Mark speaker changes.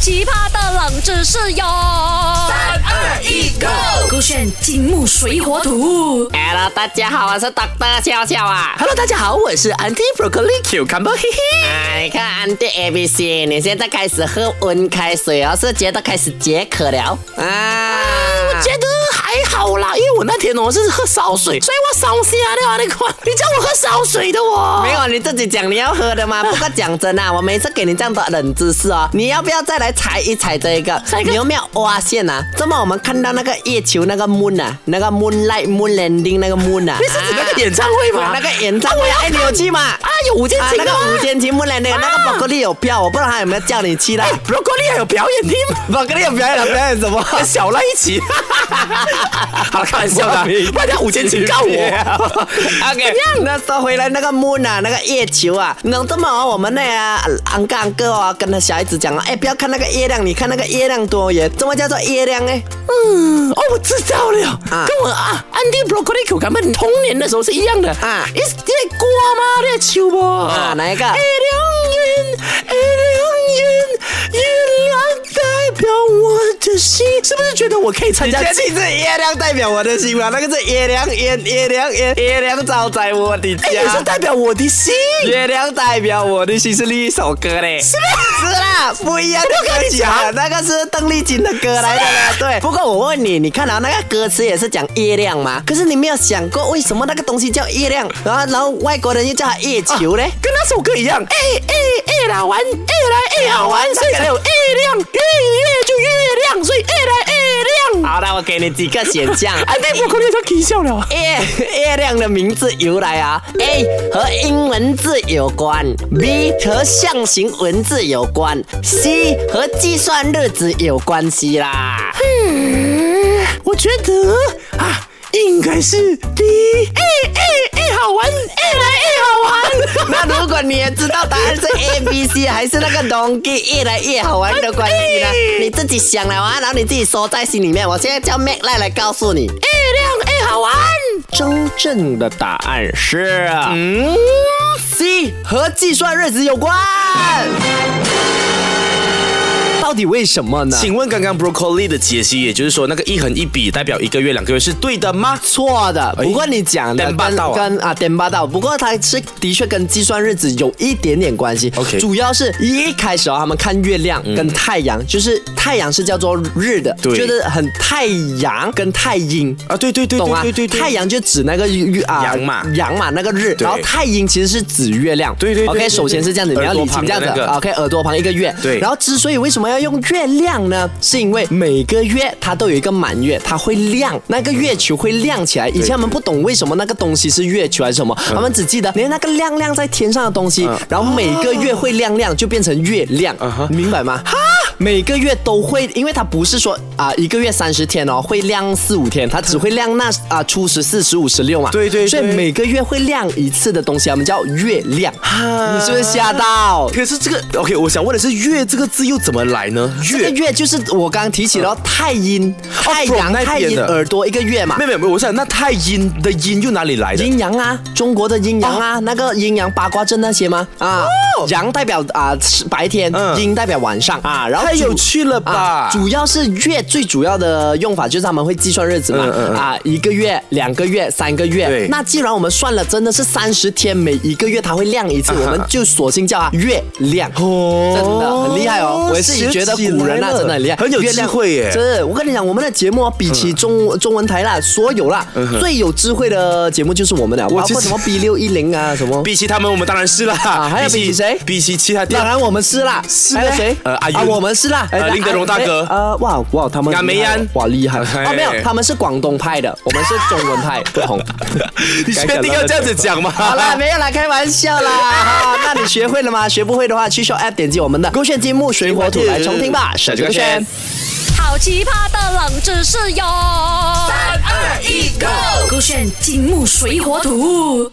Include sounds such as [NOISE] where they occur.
Speaker 1: 奇葩的冷知识哟！三
Speaker 2: 二一，Go！
Speaker 1: 勾选金木水火土。
Speaker 3: Hello，大家好，我是 Doctor 笑笑啊。
Speaker 2: Hello，大家好，我是 Auntie Broccoli Cucumber，嘿嘿。
Speaker 3: 哎，你看 a n t A B C，你现在开始喝温开水哦，是觉得开始解渴了啊？
Speaker 2: 我觉得还好啦，因为我那天哦是喝烧水，所以我烧心啊，那个你叫我喝烧水的哦我。
Speaker 3: 没有，你自己讲你要喝的嘛。不过讲真啊，我每次给你这样的冷知识哦，你要不要再来踩一踩这一个？
Speaker 2: 踩一个
Speaker 3: 你有没有挖线啊？这么我们看到那个月球那个 moon 啊，那个 moonlight moon landing 那个 moon 啊，
Speaker 2: 那是指那个演唱会吗？
Speaker 3: 啊那个演唱会
Speaker 2: 啊
Speaker 3: 啊，
Speaker 2: 我
Speaker 3: 哎，
Speaker 2: 要
Speaker 3: 你
Speaker 2: 看
Speaker 3: 有去吗？
Speaker 2: 啊，有五件
Speaker 3: 啊，
Speaker 2: 情
Speaker 3: 那
Speaker 2: 的吗
Speaker 3: 个五天期木兰那个那个
Speaker 2: 啊
Speaker 3: 宝格丽有票，我不知道他有没有叫你去啦。
Speaker 2: 哎，Broccoli 还有表演厅，
Speaker 3: 宝格丽有表演了，表演什么？
Speaker 2: 跟小赖一
Speaker 3: [LAUGHS]
Speaker 2: 起。好了，开玩笑的啊，不然五件情告我。
Speaker 3: OK，那 [LAUGHS] 说回来那个 moon 啊，那个月球啊，能这么哦我们那啊安哥安哥啊，跟那小孩子讲啊，哎，不要看那个月亮，你看那个月亮多圆，怎么叫做月亮呢？
Speaker 2: 嗯，哦，我知道了，
Speaker 3: 啊
Speaker 2: 跟我啊，Andy Broccoli 口感们童年的时候是一样的
Speaker 3: 啊
Speaker 2: 一那瓜吗？那秋不？啊
Speaker 3: 哪一
Speaker 2: 月
Speaker 3: 个
Speaker 2: 亮圆，月亮圆，月亮代表我的心，是不是觉得我可以参加？
Speaker 3: 定是月亮代表我的心吗？那个是月亮，月月亮月月亮照在我的家
Speaker 2: 哎，你是代表我的心。
Speaker 3: 月亮代表我的心是另一首歌嘞，是是啦， [LAUGHS] 不一样的歌曲啊，那个是邓丽君的歌来的啦。对， [LAUGHS] 不过我问你，你看到啊那个歌词也是讲月亮嘛？可是你没有想过为什么那个东西叫月亮，然后然后外国人又叫它月球嘞？
Speaker 2: 跟那首歌一样，哎哎哎来玩，哎来哎好玩，所以才有月亮，月月就月亮，所以哎来哎亮。
Speaker 3: [LAUGHS] 好了，我给你几个选 [LAUGHS] 项。
Speaker 2: Andy Broccoli 他啼笑了。
Speaker 3: 月哎月亮的名字由来啊，A 和英文字有关，B 和象形文字有关，C 和计算日子有关系啦。
Speaker 2: 我觉得啊，应该是 B。哎哎哎，好玩，哎来哎好玩。
Speaker 3: [LAUGHS] 那如果你也知道答案是 A B C，还是那个 Donkey 越来越好玩的关系呢？
Speaker 2: 哎
Speaker 3: 你自己想了啊，然后你自己收在心里面。我现在叫 Mac 赖来告诉你，
Speaker 2: 月亮哎好玩。
Speaker 3: 真正的答案是
Speaker 2: 嗯，
Speaker 3: C 和计算日子有关。到底为什么呢？
Speaker 4: 请问刚刚 broccoli 的解析，也就是说那个一横一笔代表一个月、两个月是对的吗？
Speaker 3: 错的，不过你讲的
Speaker 4: 点
Speaker 3: 跟
Speaker 4: 八道啊
Speaker 3: 跟啊点八道，不过它是的确跟计算日子有一点点关系。
Speaker 4: OK
Speaker 3: 主要是一开始啊，他们看月亮跟太阳，就是太阳是叫做日的，
Speaker 4: 对
Speaker 3: 觉得很太阳跟太阴。
Speaker 4: 啊，对对对
Speaker 3: 懂啊
Speaker 4: 对对对，，对
Speaker 3: 太。阳就指那个月啊
Speaker 4: 阳嘛
Speaker 3: 阳嘛那个日，
Speaker 4: 对
Speaker 3: 然后太阴其实是指月亮。
Speaker 4: 对对对
Speaker 3: OK，
Speaker 4: 对对
Speaker 3: 首先是这样子，你
Speaker 4: 耳
Speaker 3: 要
Speaker 4: 朵
Speaker 3: 理清
Speaker 4: 旁
Speaker 3: 这
Speaker 4: 的
Speaker 3: 样子啊
Speaker 4: 那个。
Speaker 3: OK，耳朵旁一个月。
Speaker 4: 对
Speaker 3: 然后之所以为什么要用月亮呢？是因为每个月它都有一个满月，它会亮，那个月球会亮起来。以前我们不懂为什么那个东西是月球还是什么，
Speaker 4: 嗯
Speaker 3: 我们只记得连那个亮亮在天上的东西，
Speaker 4: 啊
Speaker 3: 然后每个月会亮亮，就变成月亮，你明白吗？哈。每个月都会，因为它不是说啊、一个月三十天哦，会亮四五天，它只会亮那啊、初十四、十五、十六嘛。
Speaker 4: 对对对
Speaker 3: 所以每个月会亮一次的东西，我们叫月亮。你是不是吓到？
Speaker 4: 可是这个 OK，我想问的是“月”这个字又怎么来呢？
Speaker 3: 这个
Speaker 4: 月。
Speaker 3: 月就是我刚刚提起了太阴、太阳、
Speaker 4: from 哦那
Speaker 3: 太
Speaker 4: 边
Speaker 3: 阴
Speaker 4: 的
Speaker 3: 耳朵一个月嘛
Speaker 4: 没。有没有没有，我想那太阴的阴又哪里来的？
Speaker 3: 阴阳啊，中国的阴阳
Speaker 4: 哦
Speaker 3: 啊，那个阴阳八卦阵那些吗？啊，阳代表啊是白天，
Speaker 4: 嗯
Speaker 3: 阴代表晚上啊。然后
Speaker 4: 太
Speaker 3: 主
Speaker 4: 有趣了吧
Speaker 3: 啊主要是月最主要的用法就是他们会计算日子嘛
Speaker 4: 嗯嗯，嗯
Speaker 3: 啊，一个月、两个月、三个月
Speaker 4: 对。
Speaker 3: 那既然我们算了，真的是三十天，每一个月它会亮一次，我们就索性叫它月亮。
Speaker 4: 啊哦
Speaker 3: 真的很厉害哦！我也是觉得古人啊，真的很厉害，
Speaker 4: 很有
Speaker 3: 月
Speaker 4: 智
Speaker 3: 亮
Speaker 4: 慧耶。嗯
Speaker 3: 是，我跟你讲，我们的节目啊比起中、中文台啦，所有啦、最有智慧的节目就是我们了，包
Speaker 4: 其
Speaker 3: 括
Speaker 4: 实
Speaker 3: 什么 B 六一零
Speaker 4: [LAUGHS]
Speaker 3: 啊，什么。
Speaker 4: 比起他们，我们当然是啦。
Speaker 3: 啊还有比起谁
Speaker 4: 比起其他地
Speaker 3: 当
Speaker 4: 方，
Speaker 3: 然我们是啦，
Speaker 4: 是
Speaker 3: 还有
Speaker 4: 咩
Speaker 3: 谁？
Speaker 4: 呃阿
Speaker 3: 啊，
Speaker 4: 云
Speaker 3: 我们是啦，
Speaker 4: 呃
Speaker 3: 哎
Speaker 4: 林德荣大哥
Speaker 3: 哎呃，哇哇，他们
Speaker 4: 亚梅安
Speaker 3: 哇厉害
Speaker 4: [LAUGHS] 哎
Speaker 3: 啊，没有，他们是广东派的，我们是中文
Speaker 4: [LAUGHS]
Speaker 3: 派，不同。
Speaker 4: [LAUGHS] 你确定要这样子讲吗？
Speaker 3: 好啦，没有啦，开玩笑
Speaker 4: [LAUGHS]
Speaker 3: 啦。哈那你学会了吗？学不会的话，去 Show App 点击我们的勾选金木水火土来重听吧，
Speaker 4: 小
Speaker 3: 省
Speaker 4: 这
Speaker 3: 这
Speaker 4: 个
Speaker 3: 个
Speaker 4: 圈
Speaker 3: 圈。
Speaker 1: 好奇葩的冷知识哟！三
Speaker 2: 二一 go
Speaker 1: 勾选金木水火土。